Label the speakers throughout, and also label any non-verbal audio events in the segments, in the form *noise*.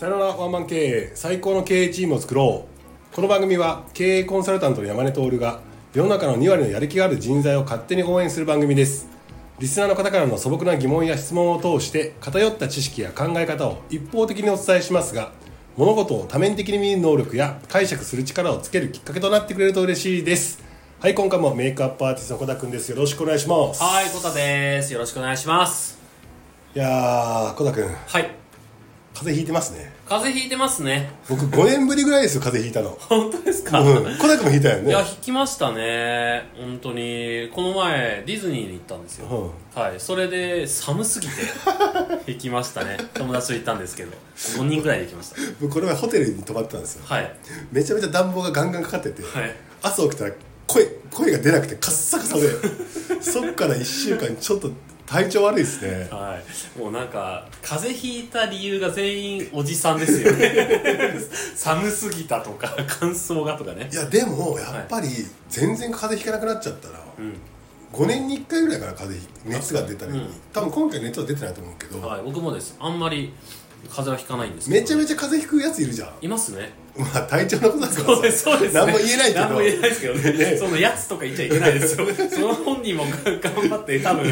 Speaker 1: ワンマン経営最高の経営チームを作ろうこの番組は経営コンサルタントの山根徹が世の中の2割のやる気がある人材を勝手に応援する番組ですリスナーの方からの素朴な疑問や質問を通して偏った知識や考え方を一方的にお伝えしますが物事を多面的に見る能力や解釈する力をつけるきっかけとなってくれると嬉しいですはい今回もメイクアップアーティストの小田君ですよろしくお願いします
Speaker 2: はい、コタです。よろしくお願いします。
Speaker 1: いやー小田君
Speaker 2: はい。
Speaker 1: 風邪ひいてますね
Speaker 2: 風邪ひいてますね。 *laughs*
Speaker 1: 僕5年ぶりぐらいですよ風邪ひいたの
Speaker 2: 本当ですか、
Speaker 1: うん、小田君も弾いたよ
Speaker 2: い
Speaker 1: ね
Speaker 2: や、引きましたね。本当に。この前、ディズニーに行ったんですよ。はい。それで、寒すぎて、 *laughs* 引きましたね。友達と行ったんですけど、5人ぐらいで行きました。
Speaker 1: 僕この前ホテルに泊まってたんですよ
Speaker 2: はい。はい。
Speaker 1: めちゃめちゃ暖房がガンガンかかってて、朝起きたら声声が出なくてカッサカサで
Speaker 2: *laughs*
Speaker 1: そっから1週間ちょっと体調悪いですね
Speaker 2: はい。もうなんか、風邪ひいた理由が全員おじさんですよね。 *laughs* 寒すぎたとか、乾燥がとかね
Speaker 1: い。やでもやっぱり全然風邪ひかなくなっちゃったら、
Speaker 2: うん。
Speaker 1: 5年に1回ぐらいから風邪ひ熱が出たり、
Speaker 2: うん
Speaker 1: 多分今回熱は出てないと思うけど、
Speaker 2: はい。僕もです。あんまり、風邪はひかないんですけど
Speaker 1: めちゃめちゃ風邪ひくやついるじゃん
Speaker 2: いますね。
Speaker 1: まあ体調のことだから
Speaker 2: そうです、そうです、ね。
Speaker 1: 何も言えないけど
Speaker 2: 何も言えないですけど
Speaker 1: *laughs*
Speaker 2: ね。そのやつとか言っちゃいけないですよ。その本人も頑張って、多分、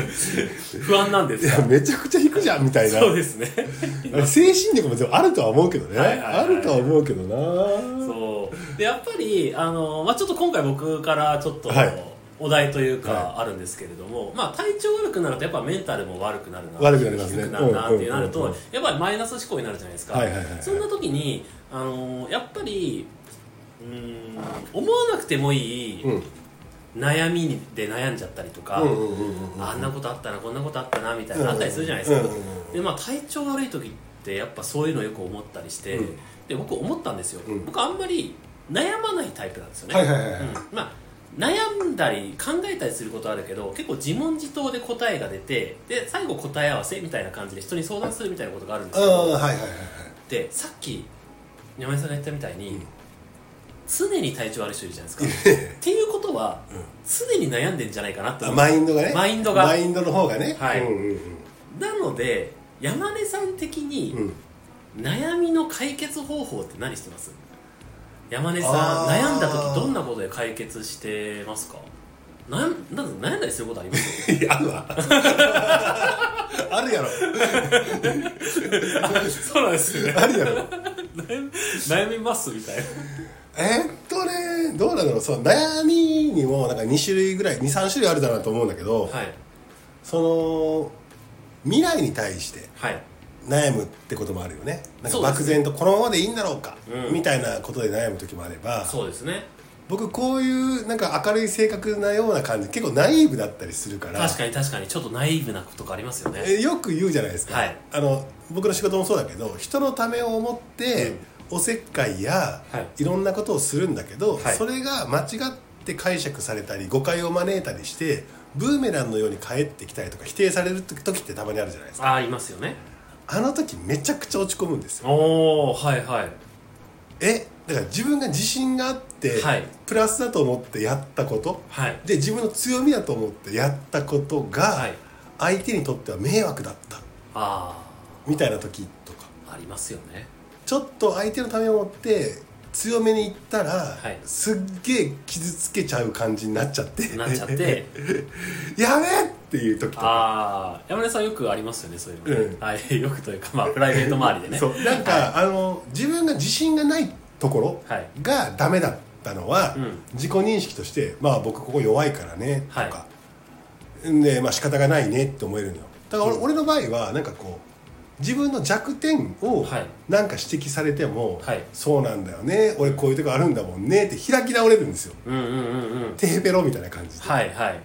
Speaker 2: 不安なんで
Speaker 1: い
Speaker 2: す
Speaker 1: や
Speaker 2: よ。
Speaker 1: めちゃくちゃひくじゃんみたいな
Speaker 2: そうですね。
Speaker 1: 精神力もでもあるとは思うけどね、
Speaker 2: はいはいはい
Speaker 1: あるとは思うけどな
Speaker 2: そう。で、やっぱり、あの、まあちょっと今回僕からちょっと、
Speaker 1: はい
Speaker 2: お題というか
Speaker 1: は
Speaker 2: あるんですけれども、まあ体調悪くなるとやっぱメンタルも悪くなるな
Speaker 1: 悪くなりますね
Speaker 2: 低くなるなってなる
Speaker 1: うんう
Speaker 2: と
Speaker 1: んうん
Speaker 2: やっぱりマイナス思考になるじゃないですか、
Speaker 1: はいはいはいはい
Speaker 2: そんな時にあのやっぱりうーん思わなくてもいい
Speaker 1: うん
Speaker 2: 悩みで悩んじゃったりとか、
Speaker 1: うんうんうんうんうん
Speaker 2: あんなことあったなこんなことあったなみたいなのあったりするじゃないですか、
Speaker 1: うんうんうん
Speaker 2: でまあ体調悪い時ってやっぱそういうのよく思ったりして、
Speaker 1: うん
Speaker 2: で僕思ったんですよ、
Speaker 1: うん
Speaker 2: 僕あんまり悩まないタイプなんですよね、
Speaker 1: はいはいはいはい
Speaker 2: うんまあ悩んだり考えたりすることあるけど結構自問自答で答えが出てで最後答え合わせみたいな感じで人に相談するみたいなことがあるんですけど、
Speaker 1: うんはいはいはいはい
Speaker 2: でさっき山根さんが言ったみたいに、常に体調悪い人いるじゃないです
Speaker 1: *laughs*
Speaker 2: かっていうことは、常に悩んでんじゃないかなって
Speaker 1: あ
Speaker 2: 思う
Speaker 1: マインドがね
Speaker 2: マインドが
Speaker 1: マインドの方がね
Speaker 2: はい
Speaker 1: うんうん
Speaker 2: なので山根さん的に、
Speaker 1: うんうん *laughs*
Speaker 2: 悩みの解決方法って何してます山根さ
Speaker 1: あ
Speaker 2: ん
Speaker 1: ー
Speaker 2: 悩んだ時どんなことで解決してますか悩んなんか悩んだりすることあります
Speaker 1: いやあるわ *laughs* あるやろ
Speaker 2: *laughs* そうなんですね
Speaker 1: あるやろ
Speaker 2: *laughs* 悩みますみたいな
Speaker 1: えーっとねどうなんだろうその悩みにもなんか2種類ぐらい23種類あるだろうなと思うんだけど、
Speaker 2: はい
Speaker 1: その未来に対して
Speaker 2: はい
Speaker 1: 悩むってこともあるよねなんか
Speaker 2: そうですね
Speaker 1: 漠然とこのままでいいんだろうか、
Speaker 2: うん
Speaker 1: みたいなことで悩む時もあれば
Speaker 2: そうですね
Speaker 1: 僕こういうなんか明るい性格なような感じ結構ナイーブだったりするから
Speaker 2: 確かに確かにちょっとナイーブなことがありますよね
Speaker 1: えよく言うじゃないですか、
Speaker 2: はい
Speaker 1: あの僕の仕事もそうだけど人のためを思って、おせっかいや、、
Speaker 2: はい
Speaker 1: ろんなことをするんだけど、
Speaker 2: はい
Speaker 1: それが間違って解釈されたり誤解を招いたりしてブーメランのように返ってきたりとか否定される時ってたまにあるじゃないですか
Speaker 2: ああいますよね
Speaker 1: あの時めちゃくちゃ落ち込むんですよ
Speaker 2: おおはいはい
Speaker 1: えだから自分が自信があって、
Speaker 2: はい
Speaker 1: プラスだと思ってやったこと
Speaker 2: はい
Speaker 1: で自分の強みだと思ってやったことが、
Speaker 2: はい
Speaker 1: 相手にとっては迷惑だった
Speaker 2: あ
Speaker 1: みたいな時とか
Speaker 2: あありますよね
Speaker 1: ちょっと相手のためを思って強めにいったら、
Speaker 2: い
Speaker 1: すっげえ傷つけちゃう感じになっちゃって
Speaker 2: なっちゃって
Speaker 1: *laughs* やべえっていう時とか、
Speaker 2: ああ山根さんよくありますよねそういうのね、
Speaker 1: うん
Speaker 2: はいよ *laughs* くというかまあプライベート周りでね
Speaker 1: そうなんか、あの自分が自信がないところ
Speaker 2: はい
Speaker 1: がダメだったのは、
Speaker 2: うん
Speaker 1: 自己認識としてまあ僕ここ弱いからねとか、
Speaker 2: は
Speaker 1: んでまあ仕方がないねって思えるのよだから俺,、
Speaker 2: うん
Speaker 1: 俺の場合はなんかこう自分の弱点を
Speaker 2: はい
Speaker 1: なんか指摘されても、
Speaker 2: はい
Speaker 1: そうなんだよね俺こういうとこあるんだもんねって開き直れるんですよ
Speaker 2: うんうんうんうん
Speaker 1: テーペロみたいな感じで
Speaker 2: はいはい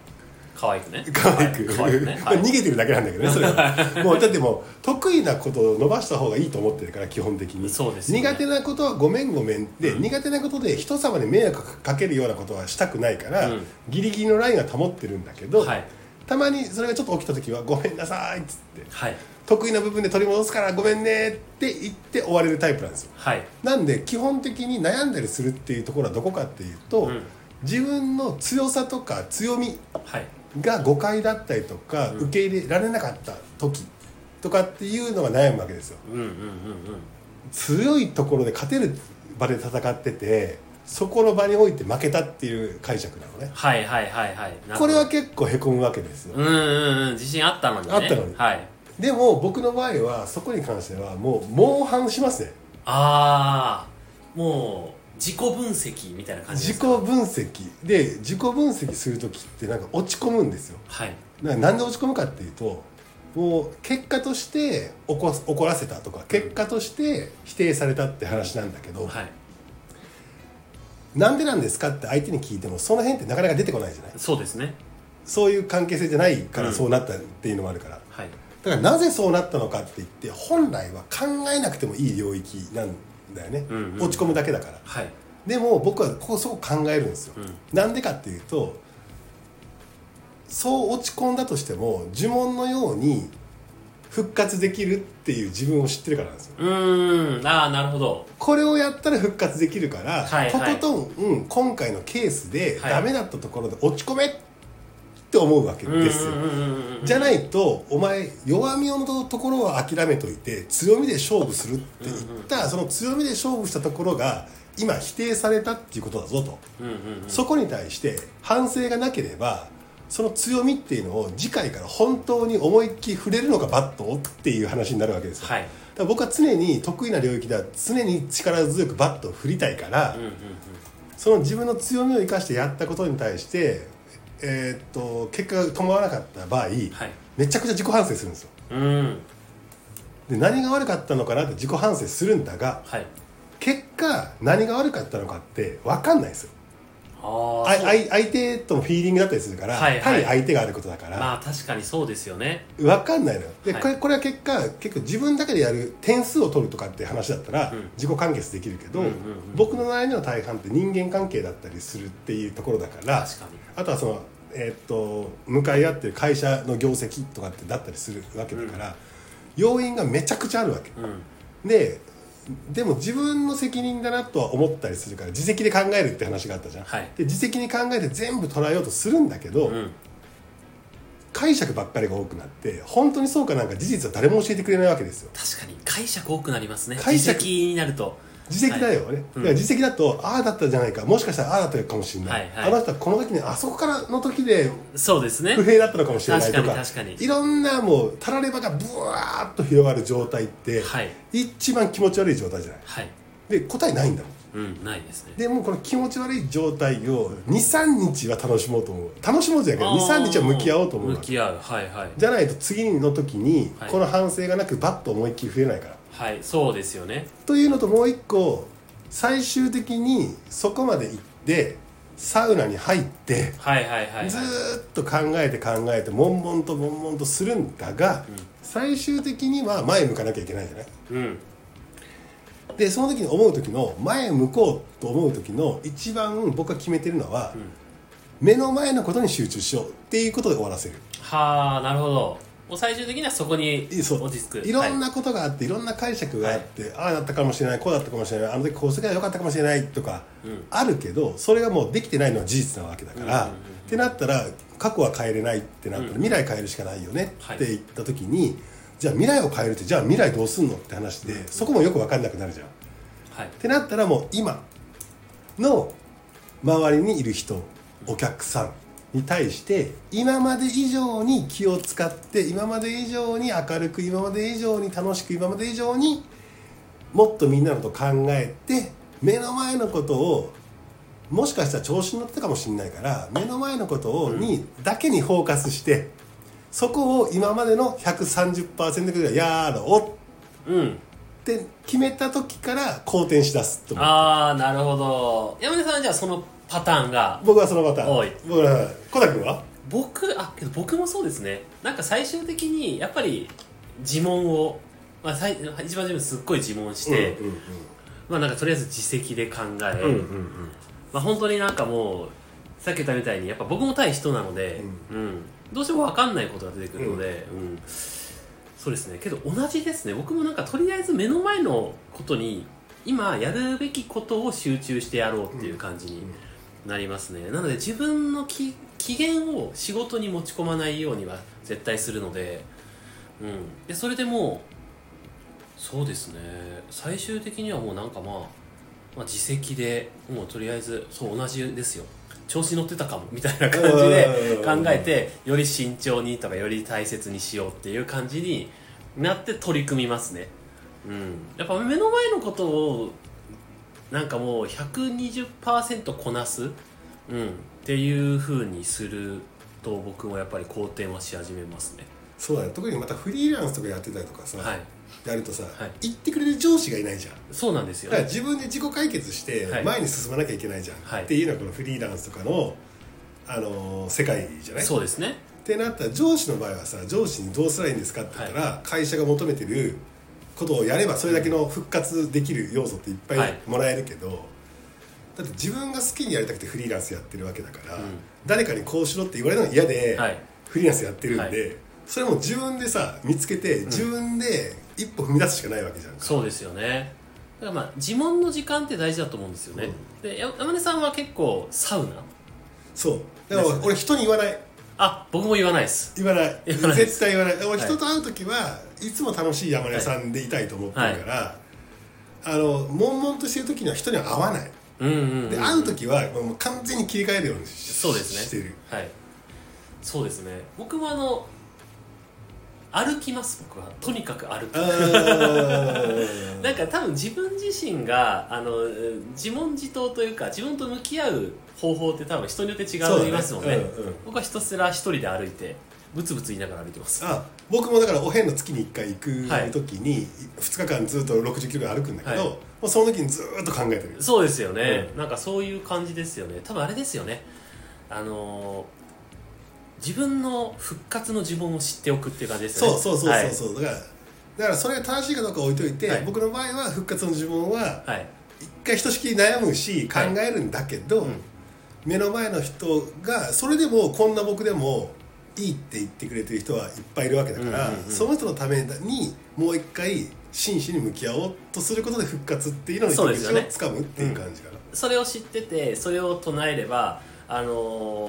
Speaker 2: 可愛くね
Speaker 1: 可愛く、
Speaker 2: はい可
Speaker 1: *laughs*
Speaker 2: 愛くね、はい
Speaker 1: 逃げてるだけなんだけどねそれはもうだってもう得意なことを伸ばした方がいいと思ってるから基本的に
Speaker 2: そうですよね
Speaker 1: 苦手なことはごめんごめんで、苦手なことで人様に迷惑かけるようなことはしたくないから、
Speaker 2: うん
Speaker 1: ギリギリのラインは保ってるんだけど、
Speaker 2: はい
Speaker 1: たまにそれがちょっと起きた時は「ごめんなさい」っつって
Speaker 2: はい
Speaker 1: 得意な部分で取り戻すからごめんねって言って終われるタイプなんですよ
Speaker 2: はい
Speaker 1: なんで基本的に悩んだりするっていうところはどこかっていうと、
Speaker 2: うん
Speaker 1: 自分の強さとか強み
Speaker 2: はい
Speaker 1: が誤解だったりとか、受け入れられなかった時とかっていうのが悩むわけですよ
Speaker 2: うんうんうんうん
Speaker 1: 強いところで勝てる場で戦っててそこの場において負けたっていう解釈なのね
Speaker 2: はいはいはいはいなるほど
Speaker 1: これは結構へこむわけですよ
Speaker 2: うんうんうん自信あったのにね
Speaker 1: あったのに
Speaker 2: はい
Speaker 1: でも僕の場合はそこに関してはもう猛反しますね
Speaker 2: ああもう自己分析みたいな感じで
Speaker 1: 自己
Speaker 2: すか
Speaker 1: 分析で自己分析する時ってなんか落ち込むんですよ
Speaker 2: はい
Speaker 1: だからなんで落ち込むかっていうともう結果として怒怒らせたとか結果として否定されたって話なんだけど、
Speaker 2: はい
Speaker 1: なんでなんですかって相手に聞いてもその辺ってなかなか出てこないじゃない
Speaker 2: そうですね
Speaker 1: そういう関係性じゃないか
Speaker 2: う
Speaker 1: ら
Speaker 2: ん
Speaker 1: そうなったっていうのもあるから、
Speaker 2: はい
Speaker 1: だからなぜそうなったのかって言って本来は考えなくてもいい領域なんだよね、
Speaker 2: うんうん
Speaker 1: 落ち込むだけだから
Speaker 2: はい
Speaker 1: でも僕はここすごく考えるんですよ、
Speaker 2: うん
Speaker 1: なんでかっていうとそう落ち込んだとしても呪文のように復活できるっていう自分を知ってるからなんですよ
Speaker 2: うーんああなるほど
Speaker 1: これをやったら復活できるから、
Speaker 2: はいはい
Speaker 1: とことん、うん、今回のケースで
Speaker 2: はい
Speaker 1: ダメだったところで落ち込めって思うわけですよ、
Speaker 2: うんうんうんうんうん
Speaker 1: じゃないとお前弱みのところは諦めといて強みで勝負するって言った、その強みで勝負したところが今否定されたっていうことだぞと、
Speaker 2: うんうんうん
Speaker 1: そこに対して反省がなければその強みっていうのを次回から本当に思いっきり触れるのがバットをっていう話になるわけですよ、
Speaker 2: はい
Speaker 1: だから僕は常に得意な領域では常に力強くバットを振りたいから、
Speaker 2: うんうんうん
Speaker 1: その自分の強みを生かしてやったことに対して、えーっと結果が伴わなかった場合、
Speaker 2: はい
Speaker 1: めちゃくちゃ自己反省するんですよ
Speaker 2: うん
Speaker 1: で何が悪かったのかなって自己反省するんだが
Speaker 2: はい
Speaker 1: 結果何が悪かったのかって分かんないですよ
Speaker 2: ああ
Speaker 1: あいあい相手とのフィーリングだったりするから、
Speaker 2: はいはい
Speaker 1: 対相手があることだから、
Speaker 2: まあ確かにそうですよね
Speaker 1: 分かんないのよで、
Speaker 2: はい
Speaker 1: これこれは結果結構自分だけでやる点数を取るとかって話だったら、
Speaker 2: うん
Speaker 1: 自己完結できるけど、
Speaker 2: うんうんうん
Speaker 1: 僕の悩みの大半って人間関係だったりするっていうところだから
Speaker 2: 確かに
Speaker 1: あとはその、えーっと向かい合ってる会社の業績とかってだったりするわけだから、要因がめちゃくちゃあるわけ。
Speaker 2: うん
Speaker 1: ででも自分の責任だなとは思ったりするから自責で考えるって話があったじゃん、
Speaker 2: はい
Speaker 1: で自責に考えて全部捉えようとするんだけど、
Speaker 2: うん
Speaker 1: 解釈ばっかりが多くなって本当にそうかなんか事実は誰も教えてくれないわけですよ
Speaker 2: 確かに解釈多くなりますね
Speaker 1: 解
Speaker 2: 解
Speaker 1: 釈
Speaker 2: 釈になると
Speaker 1: 自責だよね、だから自責だとああだったじゃないかもしかしたらああだったかもしれない、
Speaker 2: はいはい
Speaker 1: あの人はこの時にあそこからの時で
Speaker 2: そうですね
Speaker 1: 不平だったのかもしれないと
Speaker 2: 確か
Speaker 1: か
Speaker 2: に確かに
Speaker 1: いろんなもうたらればがブワーッと広がる状態って、
Speaker 2: はい
Speaker 1: 一番気持ち悪い状態じゃない
Speaker 2: はい
Speaker 1: で答えないんだもん
Speaker 2: うんないですね
Speaker 1: でもうこの気持ち悪い状態を23日は楽しもうと思う楽しもうじゃないけど
Speaker 2: あー
Speaker 1: 23日は向き合おうと思うわ
Speaker 2: 向
Speaker 1: け
Speaker 2: き合うはいはい
Speaker 1: じゃないと次の時に
Speaker 2: はい
Speaker 1: この反省がなくバッと思いっきり増えないから
Speaker 2: はいそうですよね
Speaker 1: というのともう一個最終的にそこまで行ってサウナに入って
Speaker 2: はいはいはいはい
Speaker 1: ずーっと考えて考えて悶々と悶々とするんだが最終的には前向かなきゃいけないじゃない
Speaker 2: うん
Speaker 1: でその時に思う時の前向こうと思う時の一番僕が決めてるのは、目の前のことに集中しようっていうことで終わらせる
Speaker 2: はあなるほどもう最終的にはそこに
Speaker 1: いそう
Speaker 2: 落ち着く
Speaker 1: いろん
Speaker 2: は
Speaker 1: なことがあっていろんな解釈があって、ああだったかもしれないこうだったかもしれないあの時こうすればよかったかもしれないとか、
Speaker 2: うん
Speaker 1: あるけどそれがもうできてないのは事実なわけだから、
Speaker 2: うんうんうん
Speaker 1: ってなったら過去は変えれないってなったら、
Speaker 2: うん
Speaker 1: 未来変えるしかないよね
Speaker 2: はい
Speaker 1: って言った時に、じゃあ未来を変えるってじゃあ未来どうすんのって話で、そこもよく分かんなくなるじゃん。
Speaker 2: はい
Speaker 1: ってなったらもう今の周りにいる人お客さんに対して今まで以上に気を使って今まで以上に明るく今まで以上に楽しく今まで以上にもっとみんなのこと考えて目の前のことをもしかしたら調子に乗ってたかもしれないから目の前のことをにだけにフォーカスしてそこを今までの130%ぐらいやろう
Speaker 2: うん
Speaker 1: って決めた時から好転しだすと思う
Speaker 2: ああなるほど山根さんはじゃあそのパターンが
Speaker 1: 僕はそのパターン
Speaker 2: 多い
Speaker 1: 僕はコタ君は
Speaker 2: 僕あけど僕もそうですねなんか最終的にやっぱり自問を、まあ、最一番自分すっごい自問して、
Speaker 1: うんうん
Speaker 2: まあなんかとりあえず自責で考え、
Speaker 1: うんうんうん
Speaker 2: まあ本当になんかもうさっき言ったみたいにやっぱ僕も対人なので、うんどうしても分かんないことが出てくるので、うんそうですねけど同じですね僕もなんかとりあえず目の前のことに今やるべきことを集中してやろうっていう感じになりますね、なので自分のき機嫌を仕事に持ち込まないようには絶対するので,、うん、でそれでもうそうですね最終的にはもうなんかまあ、まあ、自責でもうとりあえずそう同じですよ調子乗ってたかもみたいな感じで
Speaker 1: うん
Speaker 2: 考えてより慎重にとかより大切にしようっていう感じになって取り組みますねうんやっぱ目の前のことをなんかもう120%こなす、うん、っていうふうにすると僕もやっぱり好転はし始めますね
Speaker 1: そうだね特にまたフリーランスとかやってたりとかさ、
Speaker 2: はい
Speaker 1: やるとさ、
Speaker 2: い
Speaker 1: 言ってくれる上司がいないじゃん
Speaker 2: そうなんです
Speaker 1: だ
Speaker 2: よ
Speaker 1: から自分で自己解決して
Speaker 2: はい
Speaker 1: 前に進まなきゃいけないじゃん、
Speaker 2: はい
Speaker 1: っていうのがこのフリーランスとかの、あのー世界じゃない
Speaker 2: そうですね
Speaker 1: ってなったら上司の場合はさ上司にどうすればいいんですかって言ったら、会社が求めてることをやればそれだけの復活できる要素っていっぱ
Speaker 2: はいい
Speaker 1: もらえるけど、だって自分が好きにやりたくてフリーランスやってるわけだから、
Speaker 2: うん
Speaker 1: 誰かにこうしろって言われるのが嫌で、
Speaker 2: はい
Speaker 1: フリーランスやってるんで、
Speaker 2: は
Speaker 1: それも自分でさ見つけて自分で一歩踏み出すしかないわけじゃんか。
Speaker 2: そうですよねだからまあ自問の時間って大事だと思うんですよね、でや山根さんは結構サウナ
Speaker 1: そうだから俺人に言わない
Speaker 2: あ僕も言わないです
Speaker 1: 言わない
Speaker 2: 言わないで
Speaker 1: 絶
Speaker 2: す
Speaker 1: 対言わない俺
Speaker 2: い
Speaker 1: 人と会う時はいつも楽しい山根さんでいたいと思ってるから、あの悶々としてる時には人には会わない
Speaker 2: うんうん、うん、
Speaker 1: で会う時はもう完全に切り替えるようにし
Speaker 2: そうですね
Speaker 1: してる
Speaker 2: はいそうですね僕もあの歩きます僕はとにかく歩く
Speaker 1: あ
Speaker 2: な
Speaker 1: ー
Speaker 2: んか多分自分自身があのうん自問自答というか自分と向き合う方法って多分人によって違
Speaker 1: そうだ
Speaker 2: い
Speaker 1: ね
Speaker 2: ますもんね
Speaker 1: うんうん
Speaker 2: 僕はひたすら一人で歩いてブツブツ言いながら歩いてます
Speaker 1: あ僕もだからお遍路月に1回
Speaker 2: は
Speaker 1: 行く
Speaker 2: い
Speaker 1: 時に2日間ずっと6 0キロぐらい歩くんだけど、
Speaker 2: はい
Speaker 1: もうその時にずーっと考えてる
Speaker 2: そうですよね、
Speaker 1: う
Speaker 2: なんかそういう感じですよね多分あれですよねあのー自分の復活の自分を知っておくっていう感じですよ
Speaker 1: そ
Speaker 2: ね
Speaker 1: うそうそう
Speaker 2: はい
Speaker 1: そうそう、だからだからそれが正しいかどうかは置いといて、
Speaker 2: はい
Speaker 1: 僕の場合は復活の自分は
Speaker 2: はい
Speaker 1: 一回ひとしきり悩むし考
Speaker 2: はい
Speaker 1: えるんだけど、
Speaker 2: うん
Speaker 1: 目の前の人がそれでもこんな僕でもいいって言ってくれてる人はいっぱいいるわけだから、
Speaker 2: うんうんうん
Speaker 1: その人のためにもう一回真摯に向き合おうとすることで復活っていうのに
Speaker 2: そ
Speaker 1: 手
Speaker 2: うです
Speaker 1: 口
Speaker 2: よ
Speaker 1: を
Speaker 2: ね
Speaker 1: つかむっていう感じかな、
Speaker 2: それを知っててそれを唱えればあの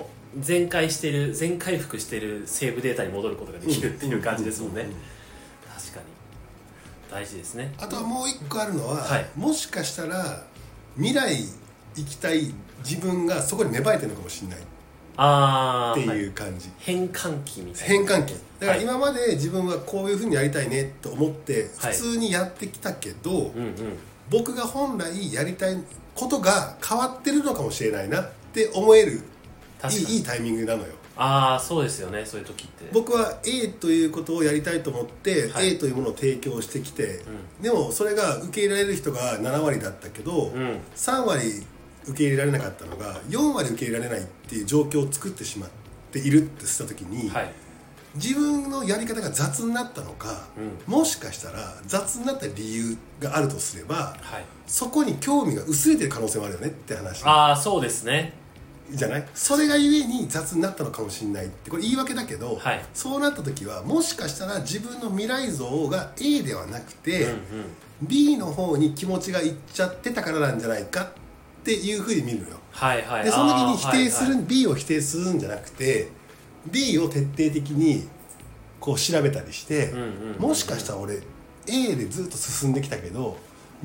Speaker 2: ー全開してる全回復してるセーブデータに戻ることができるっていう感じですもんね
Speaker 1: うんうんうん
Speaker 2: 確かに大事ですね
Speaker 1: あとはもう一個あるのは、
Speaker 2: はい
Speaker 1: もしかしたら未来行きたい自分がそこに芽生えてるのかもしれないっ
Speaker 2: ああ
Speaker 1: て
Speaker 2: はい
Speaker 1: いう感じ、
Speaker 2: 変換器みたいな
Speaker 1: 変換期だから
Speaker 2: はい
Speaker 1: 今まで自分はこういうふうにやりたいねと思って普通にやってきたけど、
Speaker 2: うんうん
Speaker 1: 僕が本来やりたいことが変わってるのかもしれないなって思えるい
Speaker 2: 確かに
Speaker 1: いいいタイミングなのよ
Speaker 2: ああそうですよねそういう時って
Speaker 1: 僕は A ということをやりたいと思って、
Speaker 2: はい
Speaker 1: A というものを提供してきて、でもそれが受け入れられる人が7割だったけど、
Speaker 2: うん
Speaker 1: 3割受け入れられなかったのが4割受け入れられないっていう状況を作ってしまっているってした時に、
Speaker 2: はい
Speaker 1: 自分のやり方が雑になったのか、
Speaker 2: う
Speaker 1: もしかしたら雑になった理由があるとすれば
Speaker 2: はい
Speaker 1: そこに興味が薄れてる可能性もあるよねって話
Speaker 2: ああそうですね
Speaker 1: じゃないそれがゆえに雑になったのかもしれないってこれ言い訳だけど、
Speaker 2: はい
Speaker 1: そうなった時はもしかしたら自分の未来像が A ではなくて、
Speaker 2: うんうん
Speaker 1: B の方に気持ちがいっちゃってたからなんじゃないかっていうふうに見るのよ。
Speaker 2: はいはい
Speaker 1: でその時に否定する、
Speaker 2: あーはいはい
Speaker 1: B を否定するんじゃなくて B を徹底的にこう調べたりして、
Speaker 2: んうんうん
Speaker 1: もしかしたら俺 A でずっと進んできたけど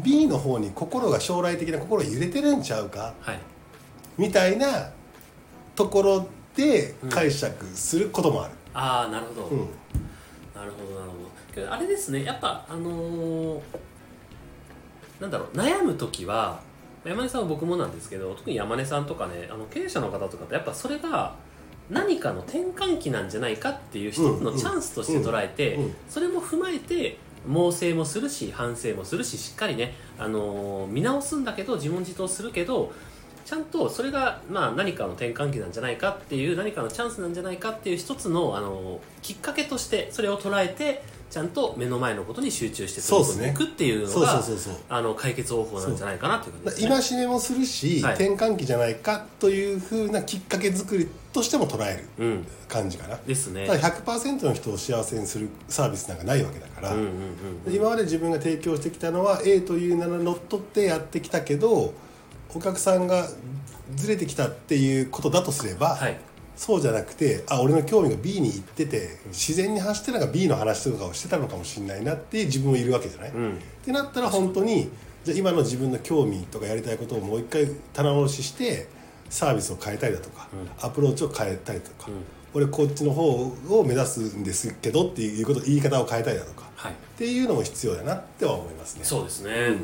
Speaker 1: B の方に心が将来的な心が揺れてるんちゃうか
Speaker 2: はい
Speaker 1: みたいなところで解釈することもある。
Speaker 2: ああなるほど、
Speaker 1: うん
Speaker 2: なるほどなるほどけどあれですねやっぱあのーなんだろう悩む時は山根さんは僕もなんですけど特に山根さんとかねあの経営者の方とかってやっぱそれが何かの転換期なんじゃないかっていう一つのチャンスとして捉えて
Speaker 1: うんうんうん
Speaker 2: それも踏まえて猛省もするし反省もするししっかりね、あのー見直すんだけど自問自答するけどちゃんとそれが、まあ、何かの転換期なんじゃないかっていう何かのチャンスなんじゃないかっていう一つの、あのーきっかけとしてそれを捉えてちゃんと目の前のことに集中して取り組んでいくっていうの
Speaker 1: そうそう
Speaker 2: が
Speaker 1: そうそう
Speaker 2: あの解決方法なんじゃないかなっていう感じです、ね、
Speaker 1: 今しめもするし、
Speaker 2: はい
Speaker 1: 転換期じゃないかというふうなきっかけ作りとしても捉える
Speaker 2: うん
Speaker 1: 感じかな。
Speaker 2: ですね
Speaker 1: ただ100%の人を幸せにするサービスなんかないわけだから、
Speaker 2: うんうんうん
Speaker 1: 今まで自分が提供してきたのは A という名の乗っ取ってやってきたけどお客さんがずれてきたっていうことだとすれば、
Speaker 2: はい
Speaker 1: そうじゃなくてあ俺の興味が B に行ってて自然に走ってなんか B の話とかをしてたのかもしれないなって自分もいるわけじゃない、
Speaker 2: ん
Speaker 1: ってなったら本当にじゃあ今の自分の興味とかやりたいことをもう一回棚卸ししてサービスを変えたりだとか、アプローチを変えたりとか、俺こっちの方を目指すんですけどっていうこと言い方を変えたりだとか、
Speaker 2: はい
Speaker 1: っていうのも必要だなっては思いますね。
Speaker 2: そうですね、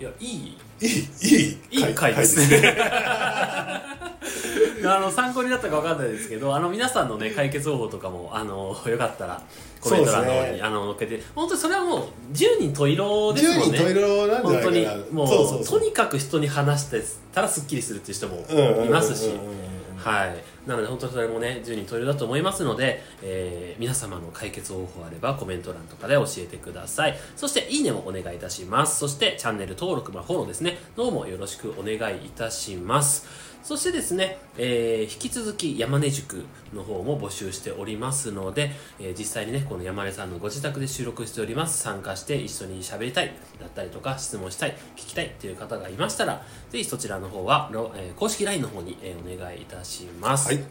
Speaker 2: いやいい
Speaker 1: いいいい
Speaker 2: いい回ですね *laughs* あの参考になったか分かんないですけどあの皆さんのね解決方法とかもあのよかったらコメント欄の方
Speaker 1: そう
Speaker 2: に、
Speaker 1: ですね
Speaker 2: あの載っけて本当にそれはもう10人十色ですもんね
Speaker 1: 十人十色なんじゃ
Speaker 2: 本当
Speaker 1: ない
Speaker 2: に
Speaker 1: かな
Speaker 2: もう
Speaker 1: そうそうそう
Speaker 2: とにかく人に話してたらすっきりするっていう人も
Speaker 1: うんうん
Speaker 2: いますし
Speaker 1: うんうんうん
Speaker 2: はいなので本当にそれもね10人十色だと思いますので、えー皆様の解決方法あればコメント欄とかで教えてくださいそしていいねもお願いいたしますそしてチャンネル登録まあフォローですねどうもよろしくお願いいたしますそしてですね、えー引き続き山根塾の方も募集しておりますので、えー実際にね、この山根さんのご自宅で収録しております。参加して一緒に喋りたい、だったりとか、質問したい、聞きたいっていう方がいましたら、ぜひそちらの方は、ろえー公式 LINE の方に、えーお願いいたします。
Speaker 1: はい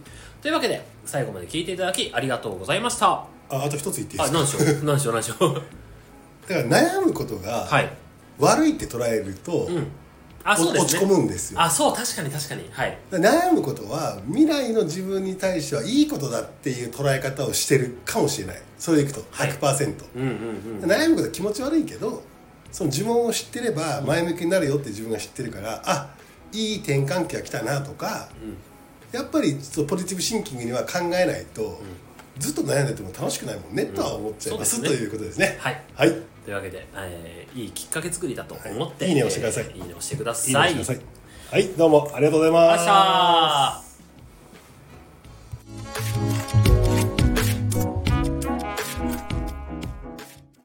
Speaker 2: というわけで、最後まで聞いていただきありがとうございました。あ、
Speaker 1: ああと一つ言っていいですか
Speaker 2: 何でしょう何でしょう何でしょ
Speaker 1: *laughs*
Speaker 2: う
Speaker 1: だから悩むことが
Speaker 2: はい。
Speaker 1: 悪いって捉えると、
Speaker 2: あ、
Speaker 1: お
Speaker 2: そうです
Speaker 1: 落
Speaker 2: ね。
Speaker 1: ち込むんですよ
Speaker 2: あ、そう、確かに確かに。はい。
Speaker 1: だから悩むことは未来の自分に対してはいいことだっていう捉え方をしてるかもしれないそれでいくと
Speaker 2: はい
Speaker 1: 100%、
Speaker 2: うんうんうん。
Speaker 1: 悩むことは気持ち悪いけどその呪文を知ってれば前向きになるよって自分が知ってるから、あいい転換期が来たなとか、やっぱりちょっとポジティブシンキングには考えないと、ずっと悩んでても楽しくないもんね、とは思っちゃいます
Speaker 2: そうですね
Speaker 1: ということですね
Speaker 2: はい
Speaker 1: はい、
Speaker 2: というわけで、えーいいきっかけ作りだと思って、
Speaker 1: はいいいねをしてください
Speaker 2: えーいいねをしてください。
Speaker 1: いいねをしてくださいはいどうもありがとうございます
Speaker 2: ありがとうございました